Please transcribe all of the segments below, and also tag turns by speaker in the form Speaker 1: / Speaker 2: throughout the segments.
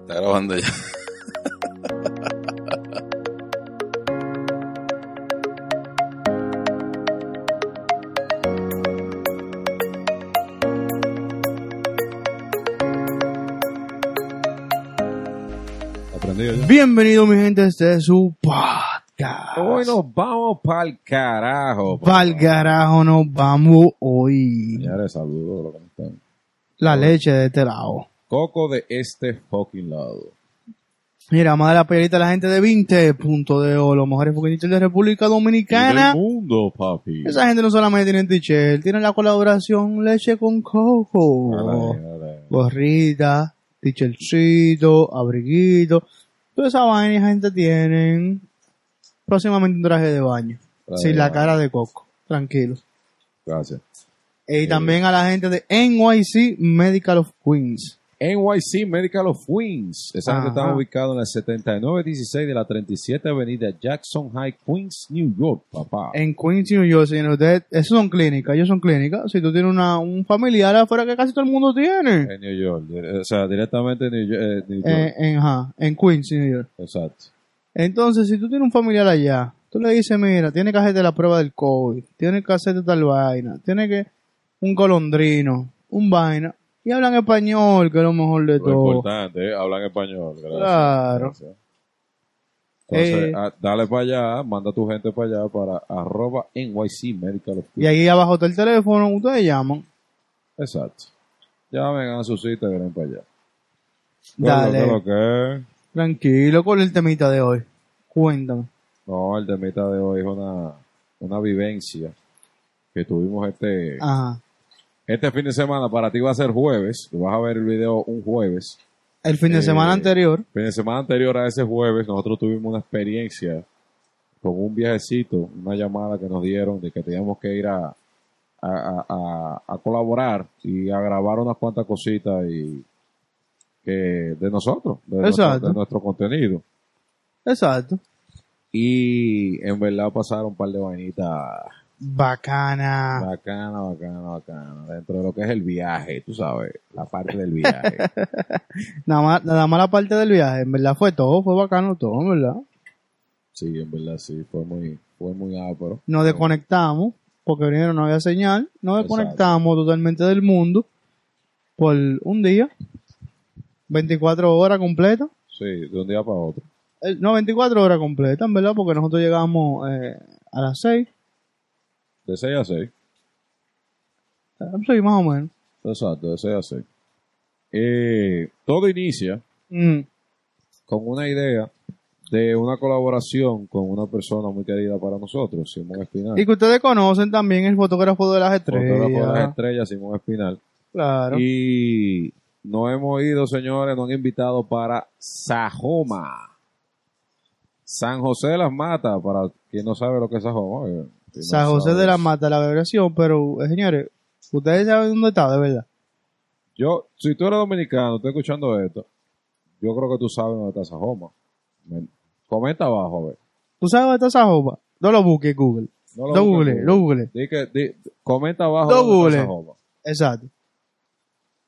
Speaker 1: Está grabando ya.
Speaker 2: Aprendido ya.
Speaker 3: Bienvenido, mi gente, este es su podcast.
Speaker 2: Hoy nos vamos pa'l carajo. papá.
Speaker 3: Pa'l carajo nos vamos hoy.
Speaker 2: Señores, saludos. lo que están.
Speaker 3: La leche de este lado.
Speaker 2: Coco de este fucking lado.
Speaker 3: Mira, más de la pelita la gente de 20.de, los mejores fuquetitos de República Dominicana.
Speaker 2: Del mundo, papi.
Speaker 3: Esa gente no solamente tiene t-shirt, tiene la colaboración leche con coco.
Speaker 2: Dale, dale.
Speaker 3: Gorrita, t-shirtcito, abriguito. Toda esa vaina gente tienen. Próximamente un traje de baño.
Speaker 2: Traje
Speaker 3: Sin
Speaker 2: de
Speaker 3: la
Speaker 2: baño.
Speaker 3: cara de coco. Tranquilo.
Speaker 2: Gracias.
Speaker 3: Y también a la gente de NYC Medical of Queens.
Speaker 2: NYC Medical of Queens. Esa gente
Speaker 3: Ajá.
Speaker 2: está ubicada en la 7916 de la 37 Avenida Jackson High, Queens, New York, papá.
Speaker 3: En Queens, New York, señores. Ustedes, esos son clínicas, ellos son clínicas. Si tú tienes una, un familiar afuera que casi todo el mundo tiene.
Speaker 2: En New York. dire- O sea, directamente en New York. eh, New York.
Speaker 3: Eh, en, ajá, en Queens, New York.
Speaker 2: Exacto.
Speaker 3: Entonces, si tú tienes un familiar allá, tú le dices, mira, tiene que hacerte la prueba del COVID, tiene que hacerte tal vaina, tiene que un colondrino, un vaina. Y hablan español, que es lo mejor de
Speaker 2: Lo
Speaker 3: todo.
Speaker 2: importante, eh, hablan español. gracias.
Speaker 3: Claro.
Speaker 2: Gracias. Entonces,
Speaker 3: Eh.
Speaker 2: ah, dale para allá, manda tu gente para allá para arroba NYC Medical of
Speaker 3: Y ahí abajo está el teléfono, ustedes llaman.
Speaker 2: Exacto. Ya vengan a su cita y vienen para allá. ¿Qué
Speaker 3: Dale.
Speaker 2: es lo que- lo que-
Speaker 3: Tranquilo con el temita de hoy. Cuéntame.
Speaker 2: No, el temita de hoy es una, una vivencia que tuvimos este,
Speaker 3: Ajá.
Speaker 2: este fin de semana. Para ti va a ser jueves. Tú vas a ver el video un jueves.
Speaker 3: El fin de
Speaker 2: Eh,
Speaker 3: semana anterior.
Speaker 2: Fin de semana anterior a ese jueves, nosotros tuvimos una experiencia con un viajecito, una llamada que nos dieron de que teníamos que ir a, a- a- a- a colaborar y a grabar unas cuantas cositas y que de nosotros, de,
Speaker 3: Exacto.
Speaker 2: nuestro, de nuestro contenido.
Speaker 3: Exacto.
Speaker 2: Y en verdad pasaron un par de vainitas
Speaker 3: Bacana.
Speaker 2: bacana, bacana, bacana. Dentro de lo que es el viaje, tú sabes, la parte del viaje.
Speaker 3: Nada más, nada más la parte del viaje. En verdad fue todo, fue bacano todo, en verdad.
Speaker 2: sí, en verdad sí, fue muy, fue muy ápero.
Speaker 3: Nos desconectamos, porque primero no había señal. Nos
Speaker 2: Exacto.
Speaker 3: desconectamos totalmente del mundo por un día. 24 horas completas.
Speaker 2: Sí, de un día para otro.
Speaker 3: Eh, No, 24 horas completas, en verdad, porque nosotros llegamos eh, a las 6.
Speaker 2: De 6 a 6.
Speaker 3: Eh, sí, más o menos.
Speaker 2: Exacto, de 6 a 6. Eh, todo inicia
Speaker 3: Mm,
Speaker 2: con una idea de una colaboración con una persona muy querida para nosotros, Simón Espinal.
Speaker 3: Y que ustedes conocen también el fotógrafo de las estrellas.
Speaker 2: Fotógrafo de las estrellas, Simón Espinal.
Speaker 3: Claro.
Speaker 2: Y nos hemos ido, señores, nos han invitado para Sajoma. San José de las Matas, para quien no sabe lo que es Sajoma. eh, si no
Speaker 3: San José
Speaker 2: sabes.
Speaker 3: de la Mata, la vibración, pero eh, señores, ustedes saben dónde está, de verdad.
Speaker 2: Yo, si tú eres dominicano, estoy escuchando esto, yo creo que tú sabes dónde está Sajoma. Me- comenta abajo, a ver.
Speaker 3: ¿Tú sabes dónde está esa jopa? No lo busques en Google.
Speaker 2: No
Speaker 3: Lo
Speaker 2: busques
Speaker 3: google,
Speaker 2: en
Speaker 3: lo google.
Speaker 2: Di que- di- comenta abajo
Speaker 3: Lo
Speaker 2: dónde
Speaker 3: google.
Speaker 2: está Sajoma.
Speaker 3: Exacto.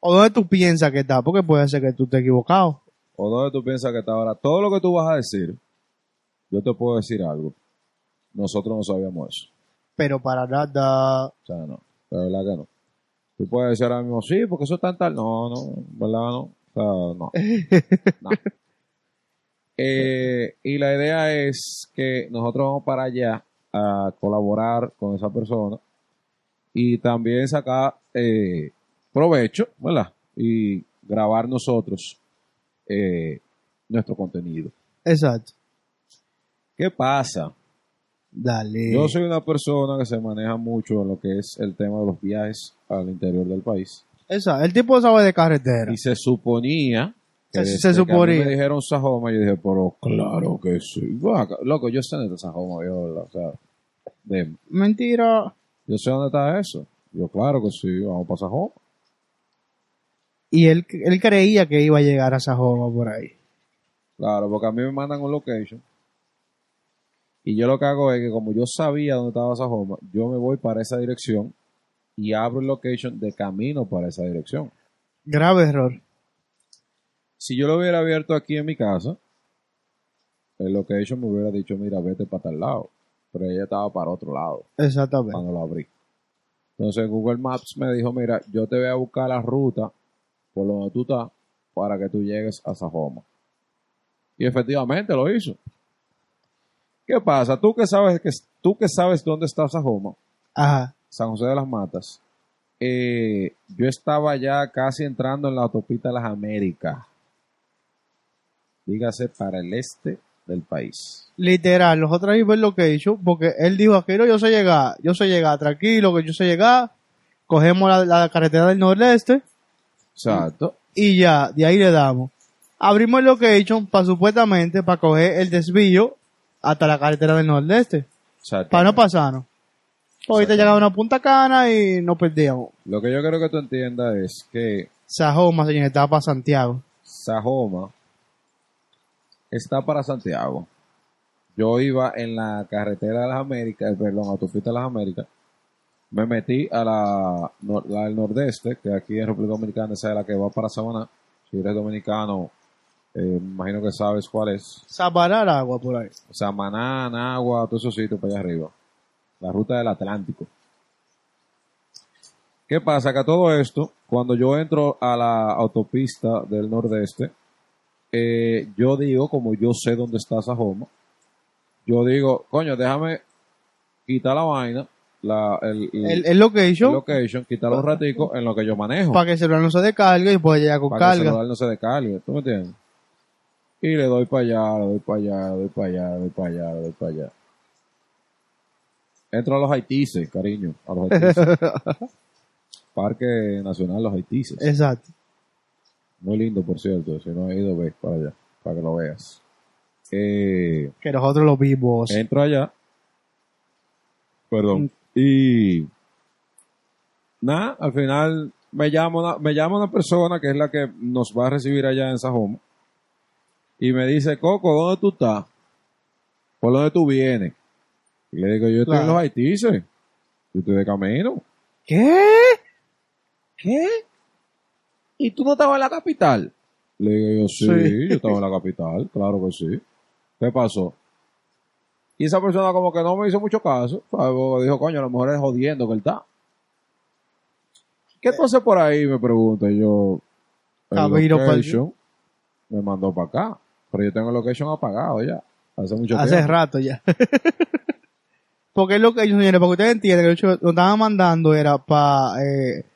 Speaker 3: O dónde tú piensas que está, porque puede ser que tú estés equivocado.
Speaker 2: O dónde tú piensas que está ahora. Todo lo que tú vas a decir, yo te puedo decir algo. Nosotros no sabíamos eso.
Speaker 3: Pero para nada.
Speaker 2: O sea, no. La verdad que no. Tú puedes decir ahora mismo, sí, porque eso es tan tal. No, no, en verdad no. O sea, no. No. Eh, y la idea es que nosotros vamos para allá a colaborar con esa persona y también sacar eh, provecho, ¿verdad? Y grabar nosotros eh, nuestro contenido.
Speaker 3: Exacto.
Speaker 2: ¿Qué pasa?
Speaker 3: Dale.
Speaker 2: Yo soy una persona que se maneja mucho en lo que es el tema de los viajes al interior del país.
Speaker 3: Exacto. El tipo sabe de carretera.
Speaker 2: Y se suponía.
Speaker 3: Se-
Speaker 2: desde
Speaker 3: se
Speaker 2: que a mí
Speaker 3: suponía.
Speaker 2: me dijeron Sajoma, yo dije, pero claro que sí. Guaca. Loco, yo sé dónde está Sajoma, yo, o sea, de-
Speaker 3: Mentira.
Speaker 2: yo sé dónde está eso. Yo, claro que sí, vamos para Sajoma.
Speaker 3: Y él, él creía que iba a llegar a esa jopa por ahí.
Speaker 2: Claro, porque a mí me mandan un location. Y yo lo que hago es que, como yo sabía dónde estaba Sajoma, yo me voy para esa dirección y abro el location de camino para esa dirección.
Speaker 3: Grave error.
Speaker 2: si yo lo hubiera abierto aquí en mi casa, en lo que he hecho me hubiera dicho, mira, vete para tal lado. Pero ella estaba para otro lado
Speaker 3: Exactamente.
Speaker 2: cuando lo abrí. Entonces Google Maps me dijo, mira, yo te voy a buscar la ruta por donde tú estás para que tú llegues a Sajoma. Y efectivamente lo hizo. ¿Qué pasa? Tú que sabes que tú que sabes dónde está Sajoma,
Speaker 3: Ajá.
Speaker 2: San José de las Matas, eh, yo estaba ya casi entrando en la autopista de las Américas. Dígase para el este del país.
Speaker 3: Literal, los otros iban lo que hizo, porque él dijo, Aquilo, yo sé llegar, yo sé llegar, tranquilo, que yo sé llegar, cogemos la, la carretera del nordeste
Speaker 2: Exacto.
Speaker 3: y ya, de ahí le damos. Abrimos el location para supuestamente, para coger el desvío hasta la carretera del nordeste,
Speaker 2: Exacto.
Speaker 3: para no pasarnos. Ahorita llegaba una punta cana y nos perdíamos.
Speaker 2: Lo que yo quiero que tú entiendas es que
Speaker 3: Sajoma, señor, estaba para Santiago.
Speaker 2: Sajoma está para Santiago. Yo iba en la carretera de las Américas, eh, perdón, autopista de las Américas. Me metí a la, nor- la del nordeste, que aquí en República Dominicana esa es la que va para Samaná. Si eres dominicano, eh, me imagino que sabes cuál es.
Speaker 3: Zaparar agua por ahí.
Speaker 2: Samaná, Nagua, todos esos sitios para allá arriba. La ruta del Atlántico. ¿Qué pasa? Que a todo esto, cuando yo entro a la autopista del Nordeste, eh, yo digo, como yo sé dónde está Sajoma, yo digo, coño, déjame quitar la vaina, la, el, el-
Speaker 3: El,
Speaker 2: el
Speaker 3: el location,
Speaker 2: location, quitarlo un ratico en lo que yo manejo
Speaker 3: para que el celular no se descargue y pueda llegar con
Speaker 2: para que el
Speaker 3: carga.
Speaker 2: celular no se descargue, ¿tú me entiendes? Y le doy para allá, le doy para allá, le doy para allá, le doy para allá, le doy para allá. Entro a los Haitises, cariño, a los Haitises. Parque Nacional Los Haitises.
Speaker 3: Exacto.
Speaker 2: Muy lindo, por cierto. Si no has ido, ve para allá, para que lo veas. Eh,
Speaker 3: Que nosotros lo vimos.
Speaker 2: entro allá. Perdón. Y nada, al final me llama, una, me llama una persona que es la que nos va a recibir allá en Sajoma. Y me dice, Coco, ¿dónde tú estás? ¿Por dónde tú vienes? Y le digo, yo estoy en
Speaker 3: Claro.
Speaker 2: los Haitises. Yo estoy de camino.
Speaker 3: ¿Qué?
Speaker 2: ¿Qué? ¿Y tú no estabas en la capital? Le digo yo, sí,
Speaker 3: Sí.
Speaker 2: yo estaba en la capital, claro que sí. ¿Qué pasó? Y esa persona como que no me hizo mucho caso, ¿sabes? Porque dijo, coño, a lo mejor es jodiendo que él está. ¿Qué tú haces por ahí? Me pregunta y yo. el
Speaker 3: Camino pa'l-
Speaker 2: location me mandó para acá, pero yo tengo el location apagado ya, hace mucho
Speaker 3: Hace
Speaker 2: tiempo.
Speaker 3: rato ya. Porque es lo que ellos, señores, para que ustedes entiendan, que lo hecho- lo estaban mandando era para
Speaker 2: La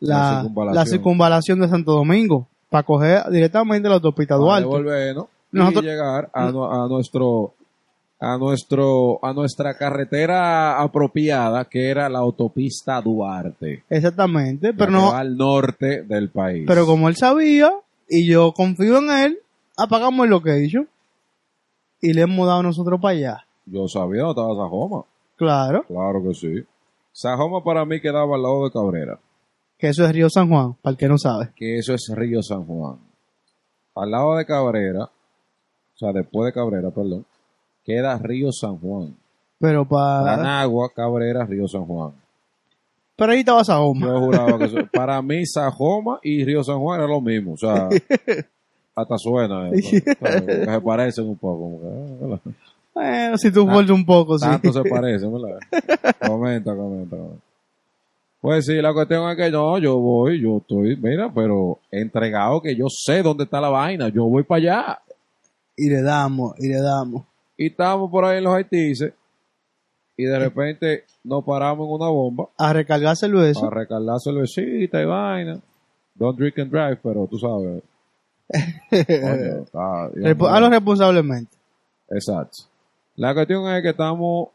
Speaker 3: la,
Speaker 2: circunvalación.
Speaker 3: la circunvalación de Santo Domingo, para coger directamente la autopista Duarte.
Speaker 2: devolvernos
Speaker 3: Nosotros-
Speaker 2: y llegar a, nu- a nuestro a nuestro a nuestra carretera apropiada que era la autopista Duarte
Speaker 3: Exactamente, pero
Speaker 2: la que
Speaker 3: no,
Speaker 2: va al norte del país
Speaker 3: pero como él sabía, y yo confío en él, apagamos el location y le hemos dado nosotros para allá.
Speaker 2: yo sabía dónde estaba Sajoma
Speaker 3: Claro,
Speaker 2: claro que sí Sajoma para mí quedaba al lado de Cabrera
Speaker 3: que eso es Río San Juan, para el que no sabe.
Speaker 2: que eso es Río San Juan al lado de Cabrera o sea después de Cabrera perdón queda Río San Juan
Speaker 3: Pero para...
Speaker 2: Managua Cabrera Río San Juan
Speaker 3: Pero ahí estaba Sahoma.
Speaker 2: Yo juraba que eso- para mí Sajoma y Río San Juan era lo mismo, o sea, hasta suena, eh, claro, como que se parecen un poco, como que, ah, ¿verdad?
Speaker 3: Bueno, si tú vuelves un poco, sí.
Speaker 2: tanto se parecen, ¿verdad? Comenta, comenta, comenta. Pues sí, la cuestión es que no, yo voy, yo estoy, mira, pero entregado que yo sé dónde está la vaina, yo voy para allá.
Speaker 3: Y le damos, y le damos.
Speaker 2: Y estábamos por ahí en los Haitises y de repente nos paramos en una bomba
Speaker 3: A recargarse el beso.
Speaker 2: para recargar cervecita y vaina. Don't drink and drive, pero tú sabes, Coño, está-
Speaker 3: Repo- Hazlo responsablemente.
Speaker 2: Exacto. La cuestión es que estamos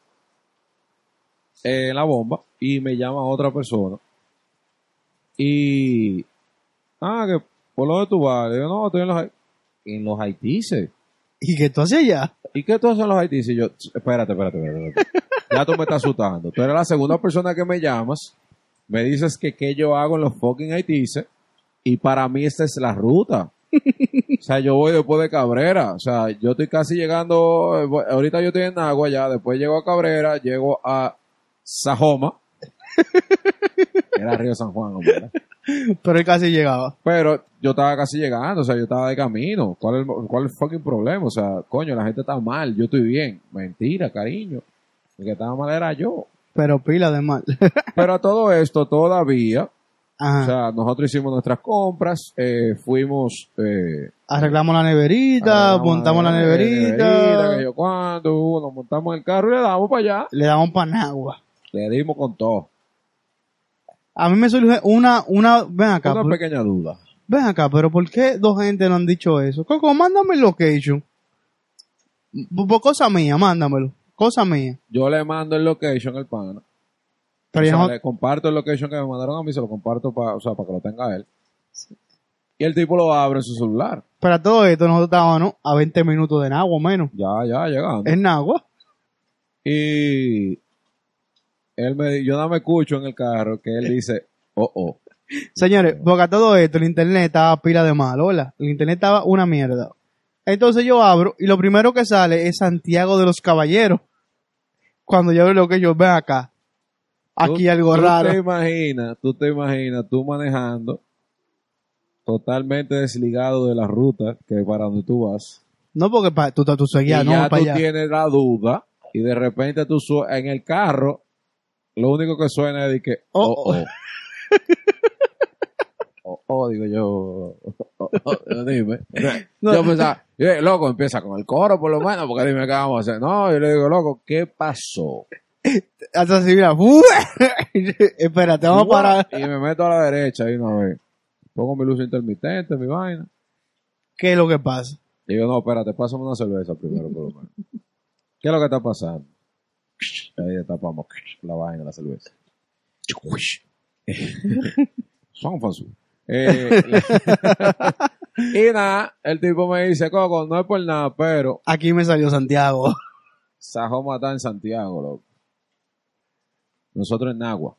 Speaker 2: en la bomba y me llama otra persona. Y. Ah, que por lo de tu bar. Yo no, estoy en los, Hai- en los haitises.
Speaker 3: ¿Y que tú haces allá?
Speaker 2: ¿Y qué tú haces en los haitises? Y yo, espérate, espérate, espérate. espérate. ya tú me estás asustando. Tú eres la segunda persona que me llamas. Me dices que qué yo hago en los fucking haitises. Y para mí esta es la ruta. O sea, yo voy después de Cabrera. O sea, yo estoy casi llegando. eh, voy- Ahorita yo estoy en Nagua ya. Después llego a Cabrera, llego a Sajoma. Era Río San Juan, hombre. ¿verdad?
Speaker 3: Pero él casi llegaba.
Speaker 2: Pero yo estaba casi llegando, o sea, yo estaba de camino. ¿Cuál es el, cuál es el fucking problema? O sea, coño, la gente está mal, yo estoy bien. Mentira, cariño. El que estaba mal era yo.
Speaker 3: Pero pila de mal.
Speaker 2: Pero a todo esto, todavía, o
Speaker 3: Ajá.
Speaker 2: sea, nosotros hicimos nuestras compras, eh, fuimos... Eh,
Speaker 3: Arreglamos la neverita,
Speaker 2: a-
Speaker 3: montamos la
Speaker 2: neverita, que
Speaker 3: neverita,
Speaker 2: yo cuando, nos montamos en el carro y le damos para allá.
Speaker 3: le damos panagua.
Speaker 2: Le dimos con todo.
Speaker 3: A mí me surge una, una, ven acá,
Speaker 2: Una
Speaker 3: por-
Speaker 2: pequeña duda.
Speaker 3: ven acá, pero ¿por qué dos gente no han dicho eso? Coco, mándame el location. Por por cosa mía, mándamelo. Cosa mía.
Speaker 2: Yo le mando el location al pana.
Speaker 3: Pero
Speaker 2: O
Speaker 3: ya
Speaker 2: sea,
Speaker 3: no-
Speaker 2: le comparto el location que me mandaron a mí, se lo comparto para, o sea, para que lo tenga él. Y el tipo lo abre en su celular.
Speaker 3: para todo esto nosotros estábamos ¿no? a 20 minutos de Nagua menos.
Speaker 2: Ya, ya, llegando.
Speaker 3: En Nagua.
Speaker 2: Y él me di- yo nada me escucho en el carro que él dice, oh, oh.
Speaker 3: Señores, porque a todo esto el internet estaba pila de mal, hola. El internet estaba una mierda. Entonces yo abro y lo primero que sale es Santiago de los Caballeros. Cuando yo veo que yo ven acá. Aquí
Speaker 2: Tú-
Speaker 3: algo
Speaker 2: Tú te
Speaker 3: raro.
Speaker 2: imaginas, tú te imaginas, tú manejando totalmente desligado de la ruta que para donde tú vas.
Speaker 3: No porque pa- tú, tú, tú seguías,
Speaker 2: y
Speaker 3: no,
Speaker 2: ya
Speaker 3: para
Speaker 2: tú
Speaker 3: allá.
Speaker 2: tienes la duda y de repente tú su- en el carro lo único que suena es de que
Speaker 3: Oh,
Speaker 2: oh oh oh, oh, digo yo oh, oh, dime
Speaker 3: No.
Speaker 2: yo pensaba eh, loco empieza con el coro por lo menos porque dime qué vamos a hacer no yo le digo loco qué pasó
Speaker 3: Hasta así, mira. ¡fue! Espérate, vamos a parar.
Speaker 2: y me meto a la derecha ahí una vez pongo mi luz intermitente mi vaina
Speaker 3: ¿Qué es lo que pasa?
Speaker 2: Y yo, no, espérate, pásame una cerveza primero, por lo menos. ¿Qué es lo que está pasando? Ahí le tapamos la vaina, la cerveza. Son fasu. Eh, y nada, el tipo me dice, Coco, no es por nada, pero
Speaker 3: Aquí me salió Santiago.
Speaker 2: Sajoma está en Santiago, loco. Nosotros en Nagua.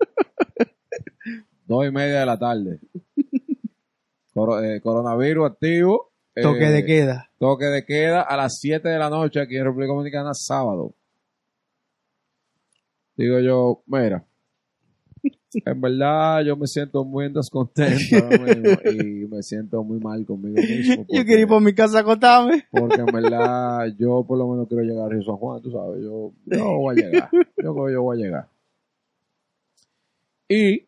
Speaker 2: Dos y media de la tarde. Coro- eh, coronavirus activo. eh,
Speaker 3: Toque de queda.
Speaker 2: Toque de queda a las 7 de la noche aquí en República Dominicana, sábado. Digo yo, mira, en verdad yo me siento muy descontento ahora mismo y me siento muy mal conmigo mismo.
Speaker 3: Yo quiero ir por mi casa a acostarme.
Speaker 2: porque en verdad yo por lo menos quiero llegar a Río San Juan, tú sabes, yo, yo voy a llegar, yo creo que yo voy a llegar. Y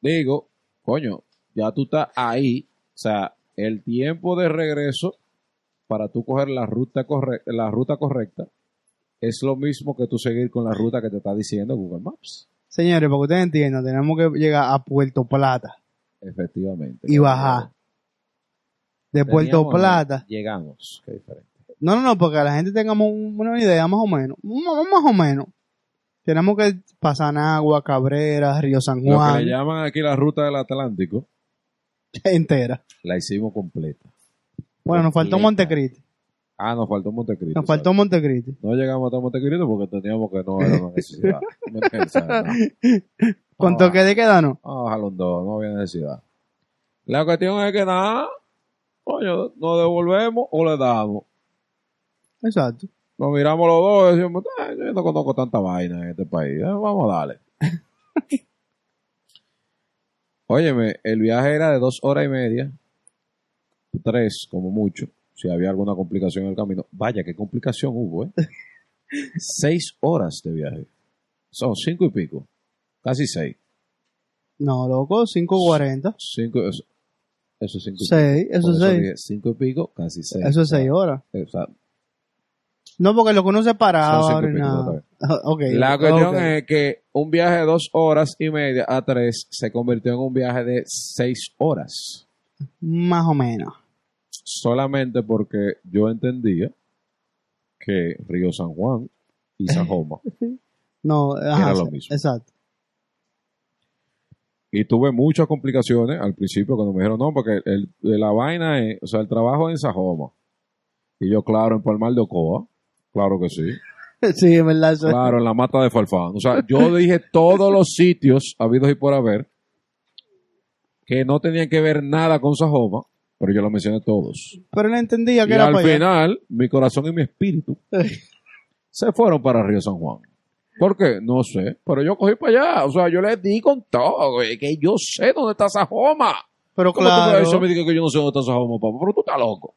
Speaker 2: digo, coño, ya tú estás ahí, o sea, el tiempo de regreso para tú coger la ruta, corre- la ruta correcta es lo mismo que tú seguir con la ruta que te está diciendo Google Maps.
Speaker 3: Señores, para que ustedes entiendan, tenemos que llegar a Puerto Plata
Speaker 2: Efectivamente.
Speaker 3: y bajar. De Puerto
Speaker 2: Teníamos,
Speaker 3: Plata.
Speaker 2: Llegamos. Qué diferente.
Speaker 3: No, no, no, porque la gente tengamos un- una idea más o menos. Más, más o menos. Tenemos que pasar Nagua, Cabrera, Río San
Speaker 2: Lo que le
Speaker 3: Juan,
Speaker 2: llaman aquí la ruta del Atlántico,
Speaker 3: entera.
Speaker 2: la hicimos completa.
Speaker 3: Bueno, nos faltó
Speaker 2: Completa.
Speaker 3: Montecristi.
Speaker 2: Ah, nos faltó Montecristo.
Speaker 3: Nos faltó Montecristi.
Speaker 2: ¿sabes? No llegamos hasta Montecristo porque teníamos que no era una necesidad. ¿Me entiendes? O sea, no.
Speaker 3: Con
Speaker 2: Ah.
Speaker 3: toque de queda, no.
Speaker 2: Vamos a jalón dos, no había necesidad. La cuestión es que nada, coño, nos devolvemos o le damos.
Speaker 3: Exacto.
Speaker 2: Nos miramos los dos y decimos, "Ah, yo no conozco tanta vaina en este país, eh, vamos a darle. Óyeme, el viaje era de dos horas y media, tres como mucho, si había alguna complicación en el camino. Vaya, qué complicación hubo, ¿eh? seis horas de viaje. Son cinco y pico, casi seis.
Speaker 3: No, loco, 5.40.
Speaker 2: Cinco, eso, eso es cinco y pico.
Speaker 3: Seis, eso
Speaker 2: Por
Speaker 3: es
Speaker 2: eso
Speaker 3: seis.
Speaker 2: dije cinco y pico, casi seis.
Speaker 3: Eso es seis horas.
Speaker 2: O sea,
Speaker 3: No, porque lo que uno se
Speaker 2: Son
Speaker 3: paraba ahora
Speaker 2: cinco y
Speaker 3: y
Speaker 2: pico,
Speaker 3: nada.
Speaker 2: está bien.
Speaker 3: Ok.
Speaker 2: La cuestión
Speaker 3: ok.
Speaker 2: es que un viaje de dos horas y media a tres se convirtió en un viaje de seis horas.
Speaker 3: Más o menos.
Speaker 2: Solamente porque yo entendía que Río San Juan y Sajoma.
Speaker 3: No, ajá,
Speaker 2: lo
Speaker 3: sí,
Speaker 2: mismo.
Speaker 3: Exacto.
Speaker 2: y tuve muchas complicaciones al principio cuando me dijeron, no, porque el- la vaina es, o sea, el trabajo es en Sajoma. Y yo, claro, en Palmar de Ocoa. Claro que sí.
Speaker 3: Sí, es verdad. eso es.
Speaker 2: Claro, en la mata de Farfán. O sea, yo dije todos los sitios habidos y por haber que no tenían que ver nada con Sajoma, pero yo los mencioné todos.
Speaker 3: Pero no entendía que
Speaker 2: Y
Speaker 3: era
Speaker 2: al
Speaker 3: para allá.
Speaker 2: final, mi corazón y mi espíritu se fueron para Río San Juan. ¿Por qué? No sé. Pero yo cogí para allá. O sea, yo le di con todo, güey. Que yo sé dónde está Sajoma.
Speaker 3: Pero
Speaker 2: ¿Cómo tú me vas a decir a
Speaker 3: claro,
Speaker 2: mí que yo no sé dónde está Sajoma, papá? Pero tú estás loco.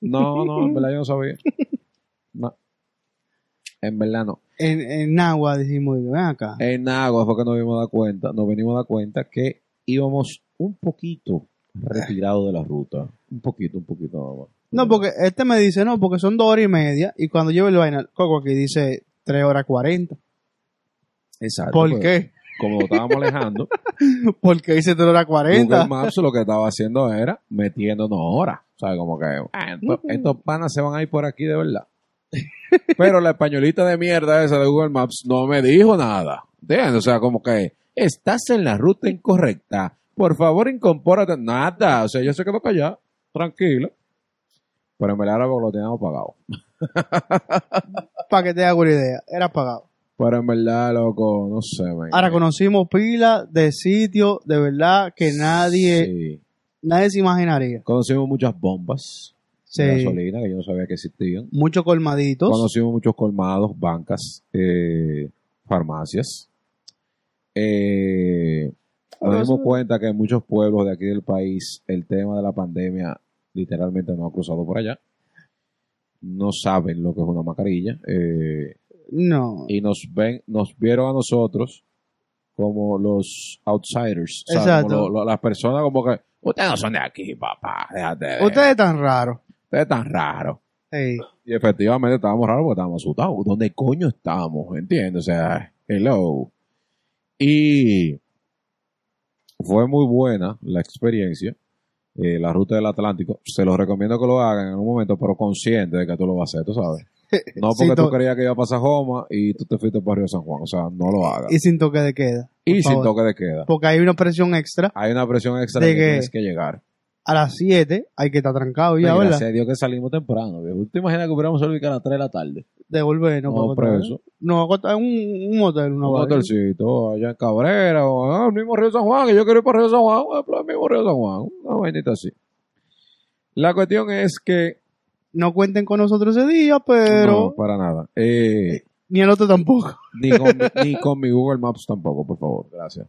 Speaker 2: No, no, en verdad yo no sabía. No. En verdad no.
Speaker 3: en, en agua dijimos, ven acá.
Speaker 2: En Nagua fue que nos vimos a dar cuenta, nos venimos a dar cuenta que íbamos un poquito retirados de la ruta. Un poquito, un poquito nada más.
Speaker 3: No, porque este me dice, no, porque son dos horas y media. Y cuando llevo el vaina, Coco aquí dice tres horas cuarenta.
Speaker 2: Exacto.
Speaker 3: ¿Por
Speaker 2: pues,
Speaker 3: qué?
Speaker 2: Como lo estábamos alejando,
Speaker 3: Porque dice tres horas
Speaker 2: Google
Speaker 3: cuarenta.
Speaker 2: Maps lo que estaba haciendo era metiéndonos horas. O sea, como que ah, esto- estos panas se van a ir por aquí de verdad. Pero la españolita de mierda esa de Google Maps no me dijo nada. ¿Entiendes? O sea, como que estás en la ruta incorrecta. Por favor, incorpórate. Nada. O sea, yo se quedó callada, tranquila. Pero en verdad era porque lo teníamos pagado.
Speaker 3: Para que te haga una idea, era pagado.
Speaker 2: Pero en verdad, loco, no sé, men.
Speaker 3: Ahora conocimos pila de sitios de verdad que nadie,
Speaker 2: Sí.
Speaker 3: nadie se imaginaría.
Speaker 2: Conocimos muchas bombas de
Speaker 3: Sí.
Speaker 2: gasolina que yo no sabía que existían.
Speaker 3: Muchos colmaditos.
Speaker 2: Conocimos muchos colmados, bancas, eh, farmacias. Eh, nos
Speaker 3: Ahora
Speaker 2: dimos
Speaker 3: sí.
Speaker 2: cuenta que en muchos pueblos de aquí del país el tema de la pandemia literalmente no ha cruzado por allá. No saben lo que es una mascarilla. eh,
Speaker 3: No.
Speaker 2: y nos ven, nos vieron a nosotros como los outsiders. o sea,
Speaker 3: Exacto.
Speaker 2: como lo- lo- las personas como que, ustedes no son de aquí, papá. Déjate de-
Speaker 3: Ustedes tan raros.
Speaker 2: ustedes están raros.
Speaker 3: Ey.
Speaker 2: Y efectivamente estábamos raros porque estábamos asustados. ¿Dónde coño estábamos? ¿Entiendes? O sea, hello. Y fue muy buena la experiencia. eh, la ruta del Atlántico. Se los recomiendo que lo hagan en un momento, pero consciente de que tú lo vas a hacer, tú sabes. No
Speaker 3: Sin
Speaker 2: porque tú
Speaker 3: to-
Speaker 2: creías que iba a pasar Joma y tú te fuiste para Río San Juan. O sea, no lo hagas.
Speaker 3: y sin toque de queda.
Speaker 2: Y, sin
Speaker 3: por favor.
Speaker 2: toque de queda.
Speaker 3: Porque hay una presión extra.
Speaker 2: Hay una presión extra
Speaker 3: De
Speaker 2: que,
Speaker 3: que-
Speaker 2: tienes que llegar.
Speaker 3: A las 7 hay que estar trancado ya,
Speaker 2: Ay,
Speaker 3: ¿verdad?
Speaker 2: gracias a Dios que salimos temprano. Viejo. ¿Tú te imaginas que hubiéramos salido que a las 3 de la tarde?
Speaker 3: Devolvernos.
Speaker 2: No,
Speaker 3: para atrás.
Speaker 2: preso.
Speaker 3: No, acostar en un, un hotel, una
Speaker 2: un
Speaker 3: vaina.
Speaker 2: hotelcito allá en Cabrera, o ah, el mismo Río San Juan, que yo quiero ir para Río San Juan, ah, pues, el mismo Río San Juan, una vainita así. La cuestión es que...
Speaker 3: No cuenten con nosotros ese día, pero
Speaker 2: No, para nada. Eh,
Speaker 3: ni el otro tampoco.
Speaker 2: ni, con, mi- ni con mi Google Maps tampoco, por favor, gracias.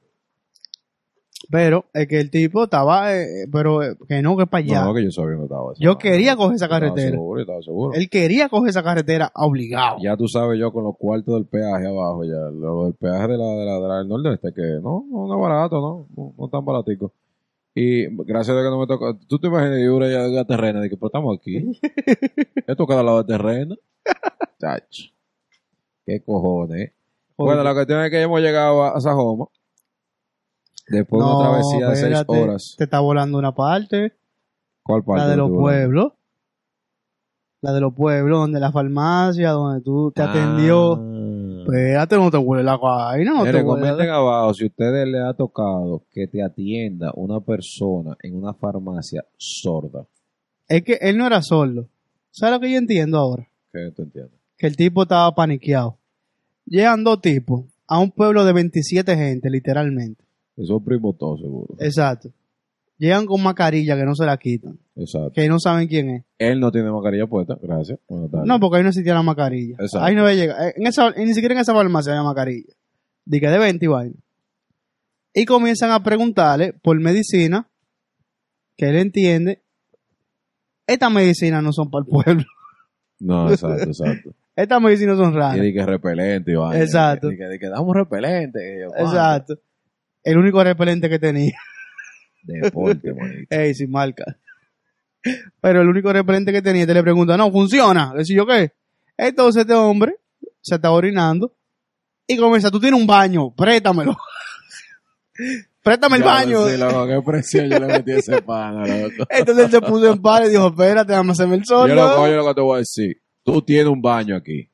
Speaker 3: Pero es que el tipo estaba, eh, pero eh, que no, que para allá.
Speaker 2: No, no, que yo sabía que estaba.
Speaker 3: Yo quería coger esa
Speaker 2: Estaba
Speaker 3: carretera.
Speaker 2: seguro, yo estaba seguro.
Speaker 3: Él quería coger esa carretera obligado.
Speaker 2: Ya tú sabes yo con los cuartos del peaje abajo, ya. Lo del peaje de la, de la, de la del nordeste, que no, no, no es barato, no, no, no es tan baratico. Y gracias a Dios que no me tocó. Tú te imaginas, yo hubiera llegado a terrena, de que, pero estamos aquí. Esto queda al lado de terreno. Chacho. Qué cojones. eh. Bueno, la cuestión es que hemos llegado a, a Sajoma. Después de
Speaker 3: No,
Speaker 2: una travesía de seis
Speaker 3: espérate,
Speaker 2: horas.
Speaker 3: Te está volando una parte,
Speaker 2: ¿Cuál parte?
Speaker 3: la de los
Speaker 2: tú, bro?
Speaker 3: pueblos. La de los pueblos, donde la farmacia, donde tú te atendió.
Speaker 2: Ah.
Speaker 3: Espérate, no te huele la vaina, no te
Speaker 2: Mire,
Speaker 3: huele
Speaker 2: comenten abajo si a ustedes les ha tocado que te atienda una persona en una farmacia sorda.
Speaker 3: Es que él no era sordo. ¿Sabes lo que yo entiendo ahora?
Speaker 2: Que tú entiendes.
Speaker 3: Que el tipo estaba paniqueado. Llegan dos tipos a un pueblo de 27 gente, literalmente.
Speaker 2: Eso es primo todo seguro.
Speaker 3: Exacto. Llegan con mascarilla que no se la quitan,
Speaker 2: Exacto.
Speaker 3: que no saben quién es.
Speaker 2: Él no tiene mascarilla puesta. Gracias. Buenas tardes.
Speaker 3: No, porque ahí no existía la mascarilla.
Speaker 2: Exacto.
Speaker 3: Ahí no había llegado. Eh, En esa, ni siquiera en esa farmacia había mascarilla. Dice de 20 y vaina. Y comienzan a preguntarle por medicina que él entiende. Estas medicinas no son para el pueblo.
Speaker 2: No, exacto, exacto.
Speaker 3: Estas medicinas son
Speaker 2: Y
Speaker 3: raras.
Speaker 2: di que repelente, Iván.
Speaker 3: Exacto.
Speaker 2: Y que, di que damos repelente. Y yo, "Cuándo".
Speaker 3: Exacto. El único repelente que tenía.
Speaker 2: Deporte, manito.
Speaker 3: Ey, sin marca. Pero el único repelente que tenía, te le pregunta, no, funciona. Le decía yo, ¿qué? Entonces este hombre se está orinando y comienza, tú tienes un baño, préstamelo. Préstame el
Speaker 2: Ya,
Speaker 3: baño.
Speaker 2: Sí, loco, qué presión yo le metí a ese pana, loco.
Speaker 3: Entonces él se puso en par y dijo, espérate, dame hacerme el sol.
Speaker 2: Yo loco, yo loco te voy a decir, tú tienes un baño aquí.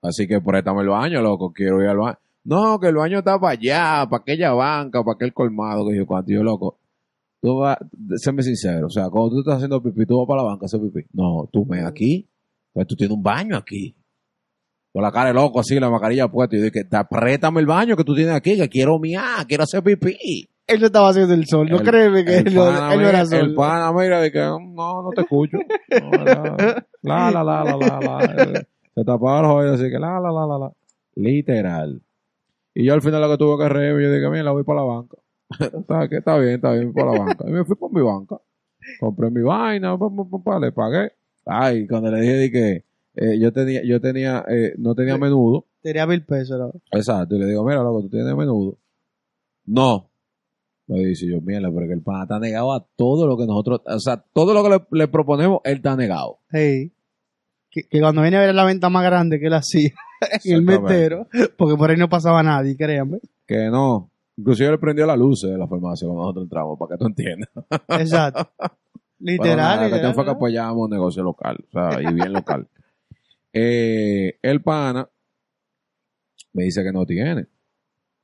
Speaker 2: Así que préstame el baño, loco, quiero ir al baño. No, que el baño está para allá, para aquella banca, para aquel colmado, que yo cuánto, yo loco. Tú vas, séme sincero, o sea, cuando tú estás haciendo pipí, tú vas para la banca a hacer pipí. No, tú me aquí, pues tú tienes un baño aquí. Con la cara de loco así, la mascarilla puesta, y yo dije, "Te- apriétame el baño que tú tienes aquí, que quiero miar, quiero hacer pipí.
Speaker 3: Él no estaba haciendo el sol, no
Speaker 2: El-
Speaker 3: créeme que él, no- él no
Speaker 2: mira,
Speaker 3: era
Speaker 2: el
Speaker 3: sol.
Speaker 2: pana, mira, de que mm, no, no te escucho. No, la, la, la, la, la, la, la. Se tapaba los oídos así que la, la, la, la, la. Literal. Y yo al final lo que tuve que reírme, yo dije, mira, la voy para la banca. ¿Sabes qué? Está bien, está bien, para la banca. Y me fui por mi banca. Compré mi vaina, pa, pa, pa, pa, le pagué. Ay, cuando le dije, dije, eh, yo tenía, yo tenía, eh, no tenía
Speaker 3: Sí.
Speaker 2: menudo.
Speaker 3: Tenía mil pesos. la-
Speaker 2: Exacto, y le digo, mira, loco, tú tienes menudo. No. Me dice yo, mierda, porque el pana está negado a todo lo que nosotros, o sea, todo lo que le, le proponemos, él está negado.
Speaker 3: Ey. Que, que cuando viene a ver la venta más grande que él hacía en el
Speaker 2: Exactamente.
Speaker 3: metero, porque por ahí no pasaba nadie, créanme.
Speaker 2: Que no. Inclusive le prendió las luces de la farmacia cuando nosotros entramos, para que tú entiendas.
Speaker 3: Exacto.
Speaker 2: Bueno, nada,
Speaker 3: literal.
Speaker 2: la cuestión fue
Speaker 3: literal,
Speaker 2: que pues
Speaker 3: ¿no?
Speaker 2: apoyábamos un negocio local, o sea, y bien local. Eh, el pana me dice que no tiene.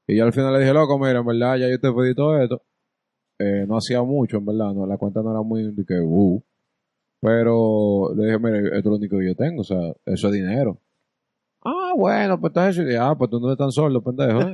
Speaker 2: Y yo al final le dije, loco, mira, en verdad, ya yo te pedí todo esto. Eh, no hacía mucho, en verdad, no, la cuenta no era muy de que, uh. Pero le dije, mira, esto es lo único que yo tengo, o sea, eso es dinero. Ah, bueno, pues está eso. Y dije, ah, pues tú no eres tan solo, pendejo. ¿eh?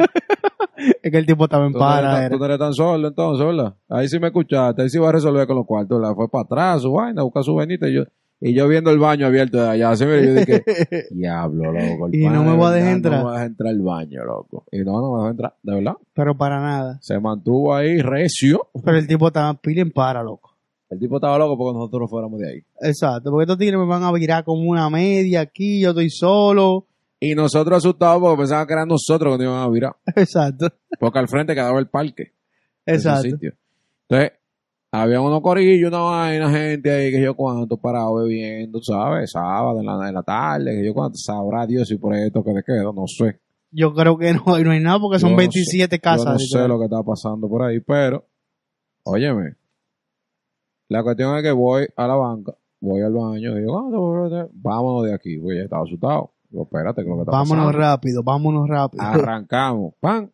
Speaker 3: Es que el tipo estaba en
Speaker 2: Tú no eres
Speaker 3: para.
Speaker 2: tan- Tú no eres tan solo, entonces, ¿verdad? Ahí sí me escuchaste, ahí sí va a resolver con los cuartos, la fue para atrás, su vaina, busca su vainita y yo, y yo viendo el baño abierto de allá, así me yo dije, diablo, loco. el
Speaker 3: Y
Speaker 2: pana
Speaker 3: no me
Speaker 2: de
Speaker 3: voy a
Speaker 2: verdad
Speaker 3: dejar
Speaker 2: No
Speaker 3: entrar.
Speaker 2: me vas a entrar al baño, loco. Y no, no me vas a entrar, de verdad.
Speaker 3: Pero para nada.
Speaker 2: Se mantuvo ahí recio.
Speaker 3: Pero el tipo estaba pila en para, loco.
Speaker 2: El tipo estaba loco porque nosotros nos fuéramos de ahí.
Speaker 3: Exacto, porque estos tigres me van a virar como una media aquí, yo estoy solo.
Speaker 2: Y nosotros asustados porque pensaban que eran nosotros que nos iban a virar.
Speaker 3: Exacto,
Speaker 2: Porque al frente quedaba el parque. ese
Speaker 3: exacto.
Speaker 2: sitio. Entonces, había unos corillos, una vaina, gente ahí, que yo cuánto, parado bebiendo, ¿sabes? Sábado en la, en la tarde, que yo cuánto, sabrá Dios si por esto que te quedo, no sé.
Speaker 3: Yo creo que no, y no hay nada porque
Speaker 2: Yo
Speaker 3: son
Speaker 2: no
Speaker 3: 27 casas.
Speaker 2: yo no sé
Speaker 3: literal.
Speaker 2: lo que está pasando por ahí, pero, óyeme, la cuestión es que voy a la banca, voy al baño, digo, "Ah, "¿Cuánto? vámonos de aquí, porque ya estaba asustado. Digo, espérate, que lo que está
Speaker 3: vámonos
Speaker 2: pasando. Ah,
Speaker 3: rápido, vámonos rápido.
Speaker 2: Arrancamos, pan.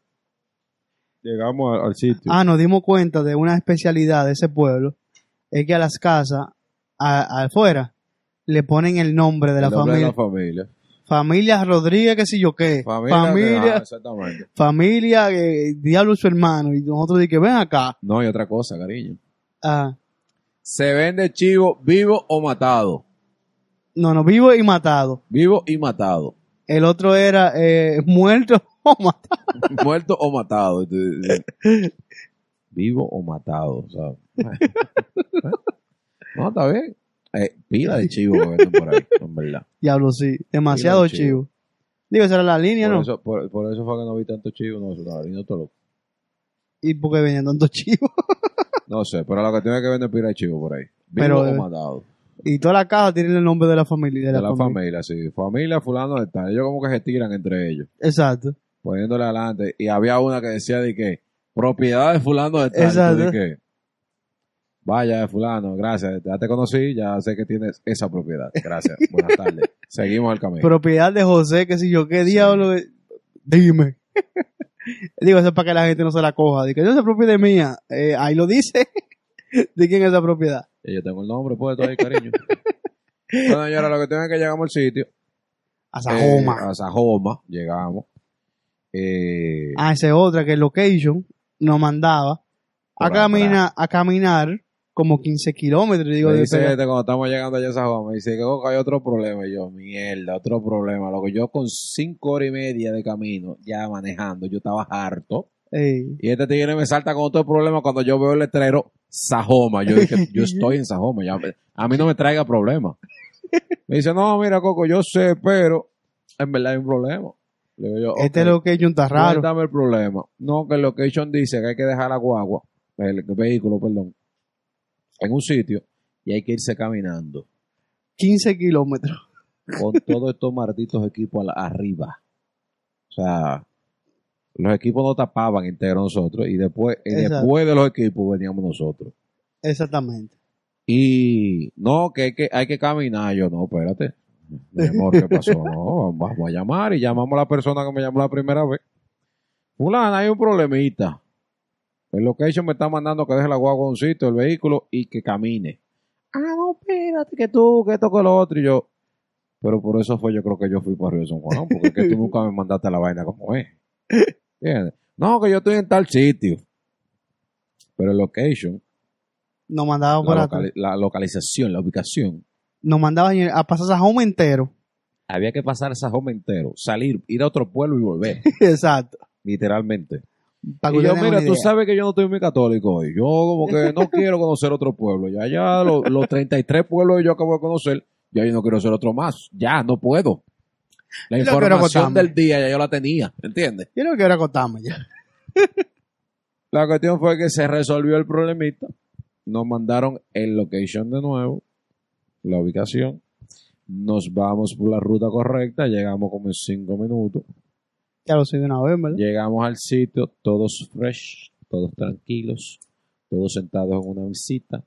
Speaker 2: Llegamos al, al sitio.
Speaker 3: Ah, nos dimos cuenta de una especialidad de ese pueblo, es que a las casas, a- afuera, le ponen el nombre de la
Speaker 2: El nombre
Speaker 3: familia.
Speaker 2: de la familia.
Speaker 3: familia Rodríguez, qué sé yo qué.
Speaker 2: Familia. ah,
Speaker 3: Familia,
Speaker 2: exactamente.
Speaker 3: familia, eh, diablo su hermano. Y nosotros dije, ven acá.
Speaker 2: No, y otra cosa, cariño.
Speaker 3: Ah,
Speaker 2: Se vende chivo vivo o matado.
Speaker 3: no, no, vivo y matado.
Speaker 2: Vivo y matado.
Speaker 3: El otro era eh, muerto o matado.
Speaker 2: Muerto o matado. Y tú dices, Vivo o matado. o sea. no, está bien. Eh, pila de chivo que venden por ahí, en verdad.
Speaker 3: Diablo, sí. Demasiado
Speaker 2: Diablo, chivo.
Speaker 3: chivo. Digo, esa era la línea,
Speaker 2: Por
Speaker 3: ¿no?
Speaker 2: eso, por, por eso fue que no vi tanto chivo. No, eso, cariño, todo loco.
Speaker 3: Y porque venían tantos chivos.
Speaker 2: no sé, pero la que tiene que vender pila de chivo por ahí. Vivo
Speaker 3: Pero,
Speaker 2: o
Speaker 3: eh,
Speaker 2: matado.
Speaker 3: Y toda la caja tiene el nombre de la familia. y
Speaker 2: De
Speaker 3: De la,
Speaker 2: la
Speaker 3: familia.
Speaker 2: familia, sí. Familia fulano de tal. Ellos como que se tiran entre ellos.
Speaker 3: Exacto.
Speaker 2: poniéndole adelante. Y había una que decía de que propiedad de fulano de tal.
Speaker 3: Exacto.
Speaker 2: Y tú de que, Vaya, fulano, gracias. Ya te conocí, ya sé que tienes esa propiedad. Gracias. Buenas tardes. Seguimos al camino.
Speaker 3: Propiedad de José, que si yo, qué
Speaker 2: Sí.
Speaker 3: diablo. eh, Dime. Digo, eso es para que la gente no se la coja. Digo, esa propiedad es mía. Eh, ahí lo dice. ¿De quién es esa propiedad?
Speaker 2: Y yo tengo el nombre puesto ahí, cariño. bueno, señora, lo que tengo es que llegamos al sitio.
Speaker 3: A
Speaker 2: eh,
Speaker 3: Sajoma.
Speaker 2: a Sajoma. Llegamos. Eh,
Speaker 3: Ah, esa es otra que el location nos mandaba a,
Speaker 2: Por atrás.
Speaker 3: camina, a caminar como 15 kilómetros. Digo,
Speaker 2: me
Speaker 3: de
Speaker 2: dice
Speaker 3: pega-
Speaker 2: este, cuando estamos llegando allá a Sajoma, me dice que "Coco, hay otro problema. Y yo, mierda, otro problema. Lo que yo con cinco horas y media de camino, ya manejando, yo estaba harto.
Speaker 3: Ey,
Speaker 2: Y este tigre me salta con otro problema cuando yo veo el letrero Sajoma. Yo dije, yo estoy en Sajoma, ya, a mí no me traiga problema. Me dice, no, mira, Coco, yo sé, pero en verdad hay un problema. Le digo yo,
Speaker 3: este
Speaker 2: "Ok,
Speaker 3: location está raro.
Speaker 2: cuéntame el problema. No, que el location dice que hay que dejar la guagua, el vehículo, perdón, en un sitio y hay que irse caminando
Speaker 3: 15 kilómetros.
Speaker 2: con todos estos malditos equipos a la- arriba. O sea, los equipos no tapaban entero nosotros y después, y
Speaker 3: Exacto.
Speaker 2: después de los equipos veníamos nosotros.
Speaker 3: Exactamente.
Speaker 2: Y no, que hay que, hay que caminar. Yo, no, espérate. Mi amor, ¿qué pasó? No, vamos a llamar y llamamos a la persona que me llamó la primera vez. Fulana, hay un problemita. El location me está mandando que deje la guagua en un sitio, el vehículo y que camine. Ah, no, espérate, que tú, que esto, que lo otro. Y yo, pero por eso fue, yo creo que yo fui para Río de San Juan, porque es que tú nunca me mandaste la vaina como es. ¿Entiendes? No, que yo estoy en tal sitio. Pero el location
Speaker 3: Nos mandaban
Speaker 2: la,
Speaker 3: para
Speaker 2: locali- la localización, la ubicación.
Speaker 3: Nos mandaban a pasar Sajoma entero.
Speaker 2: había que pasar esa home entero, salir, ir a otro pueblo y volver,
Speaker 3: Exacto.
Speaker 2: literalmente.
Speaker 3: Pa' que
Speaker 2: Y yo,
Speaker 3: ustedes tengan
Speaker 2: mira,
Speaker 3: una
Speaker 2: tú
Speaker 3: idea.
Speaker 2: sabes que yo no estoy muy católico hoy. Yo como que no quiero conocer otro pueblo. Ya, ya, lo- los 33 pueblos que yo acabo de conocer, ya yo no quiero hacer otro más. Ya, no puedo. La
Speaker 3: Yo quiero
Speaker 2: información
Speaker 3: acotarme.
Speaker 2: del día ya yo la tenía, ¿entiendes?
Speaker 3: Yo no quiero acotarme ya.
Speaker 2: La cuestión fue que se resolvió el problemita. Nos mandaron el location de nuevo, la ubicación. Nos vamos por la ruta correcta, llegamos como en 5 minutos.
Speaker 3: Ya lo soy de una vez, ¿verdad?
Speaker 2: Llegamos al sitio, todos fresh, todos tranquilos, todos sentados en una visita,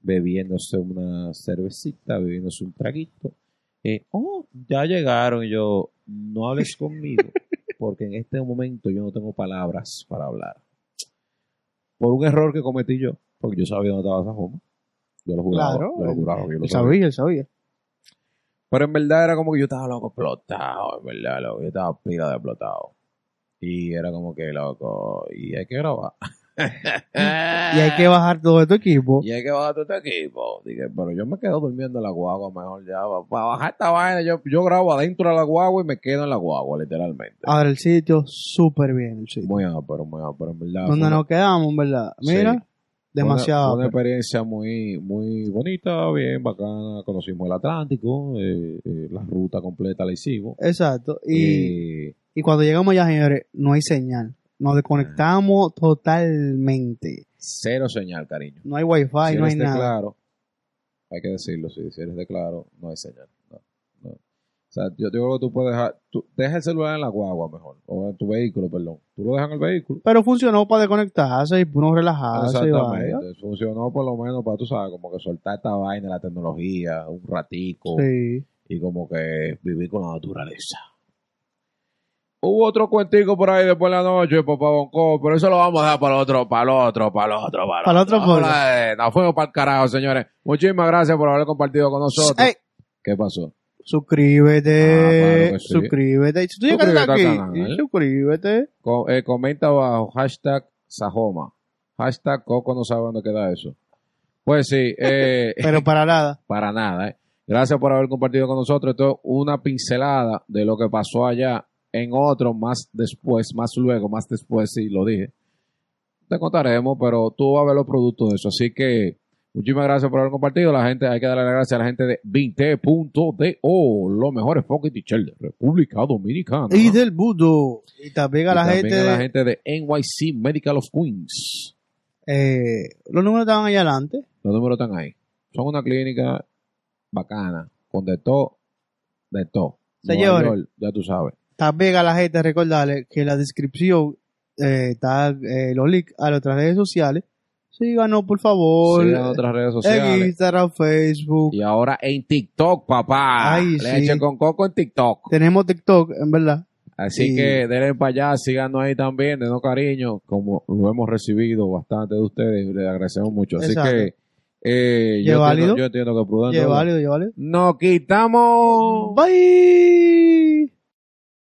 Speaker 2: bebiéndose una cervecita, bebiéndose un traguito. Eh, oh, ya llegaron. Y yo, no hables conmigo, porque en este momento yo no tengo palabras para hablar. Por un error que cometí yo, porque yo sabía dónde estaba esa joma. Yo lo juraba,
Speaker 3: Claro, eh,
Speaker 2: yo lo juraba, que yo lo
Speaker 3: Él
Speaker 2: sabía.
Speaker 3: sabía, él sabía.
Speaker 2: Pero en verdad era como que yo estaba loco explotado, en verdad, loco. Yo estaba pila de explotado. Y era como que loco. Y hay que grabar.
Speaker 3: Y hay que bajar todo este equipo.
Speaker 2: Y hay que bajar todo este equipo. Dije, pero yo me quedo durmiendo en la guagua, mejor ya. Para bajar esta vaina, yo, yo grabo adentro de la guagua y me quedo en la guagua, literalmente.
Speaker 3: Ahora el sitio, súper bien el sitio.
Speaker 2: Muy ápero, muy ápero, en verdad.
Speaker 3: Donde
Speaker 2: Fue una-
Speaker 3: nos quedamos, en ¿verdad?
Speaker 2: Sí.
Speaker 3: Mira,
Speaker 2: fue una-
Speaker 3: demasiado.
Speaker 2: Fue una, experiencia muy, muy bonita, bien bacana. Conocimos el Atlántico, eh, eh, la ruta completa la hicimos.
Speaker 3: Exacto. Y...
Speaker 2: Eh,
Speaker 3: Y cuando llegamos ya, señores, no hay señal. Nos desconectamos totalmente.
Speaker 2: cero señal, cariño.
Speaker 3: No hay wifi,
Speaker 2: si
Speaker 3: no hay
Speaker 2: eres de
Speaker 3: nada.
Speaker 2: este, claro, hay que decirlo, sí, si eres de claro, no hay señal. no, no. O sea, yo, yo creo que tú puedes dejar, tú, deja el celular en la guagua mejor, o en tu vehículo, perdón. Tú lo dejas en el vehículo.
Speaker 3: Pero funcionó para desconectarse y uno relajarse. Y Ah, vaya.
Speaker 2: Exactamente, funcionó por lo menos para, tú sabes, como que soltar esta vaina, la tecnología, un ratico,
Speaker 3: Sí.
Speaker 2: y como que vivir con la naturaleza. Hubo otro cuentico por ahí después de la noche, papá Bonco, pero eso lo vamos a dejar para el otro, para el otro, para el otro, para el
Speaker 3: Para el otro
Speaker 2: Vamos
Speaker 3: podcast.
Speaker 2: a- eh, Nos fuimos para el carajo, señores. Muchísimas gracias por haber compartido con nosotros.
Speaker 3: Ey,
Speaker 2: ¿Qué pasó? Ah,
Speaker 3: suscríbete,
Speaker 2: claro que sí.
Speaker 3: suscríbete. Y Si tú llegaste
Speaker 2: Suscríbete
Speaker 3: hasta aquí,
Speaker 2: al canal, ¿eh?
Speaker 3: suscríbete.
Speaker 2: Co- eh, comenta abajo, hashtag Sajoma. Hashtag Coco no sabe dónde queda eso. Pues sí, eh,
Speaker 3: Pero para nada.
Speaker 2: para nada. eh. Gracias por haber compartido con nosotros. Esto es una pincelada de lo que pasó allá en otro, más después, más luego, más después, sí, lo dije. Te contaremos, pero tú vas a ver los productos de eso. Así que muchísimas gracias por haber compartido. La gente, hay que darle las gracias a la gente de 20.do, los mejores pocket teachers de República Dominicana.
Speaker 3: Y del budo. Y también a la
Speaker 2: Y también
Speaker 3: gente.
Speaker 2: a la gente de NYC Medical of Queens.
Speaker 3: eh, los números estaban allá adelante.
Speaker 2: Los números están ahí. Son una clínica bacana, con de todo, de todo. Nueva
Speaker 3: Señores.
Speaker 2: York, ya tú sabes.
Speaker 3: También a la gente recordarle que en la descripción eh, está eh, los links a nuestras redes sociales. Síganos, por favor.
Speaker 2: Sigan otras redes
Speaker 3: En
Speaker 2: sociales.
Speaker 3: Instagram, Facebook.
Speaker 2: Y ahora en TikTok, papá.
Speaker 3: Ay,
Speaker 2: Leche
Speaker 3: sí.
Speaker 2: con coco en TikTok.
Speaker 3: Tenemos TikTok, en verdad.
Speaker 2: Así
Speaker 3: Sí.
Speaker 2: que denle para allá, síganos ahí también, denos cariño, como lo hemos recibido bastante de ustedes, y les agradecemos mucho. Así
Speaker 3: Exacto.
Speaker 2: que eh, yo,
Speaker 3: Lleválido.
Speaker 2: entiendo, yo entiendo que prudente.
Speaker 3: Llévalo, llévalo.
Speaker 2: Nos quitamos.
Speaker 3: Bye.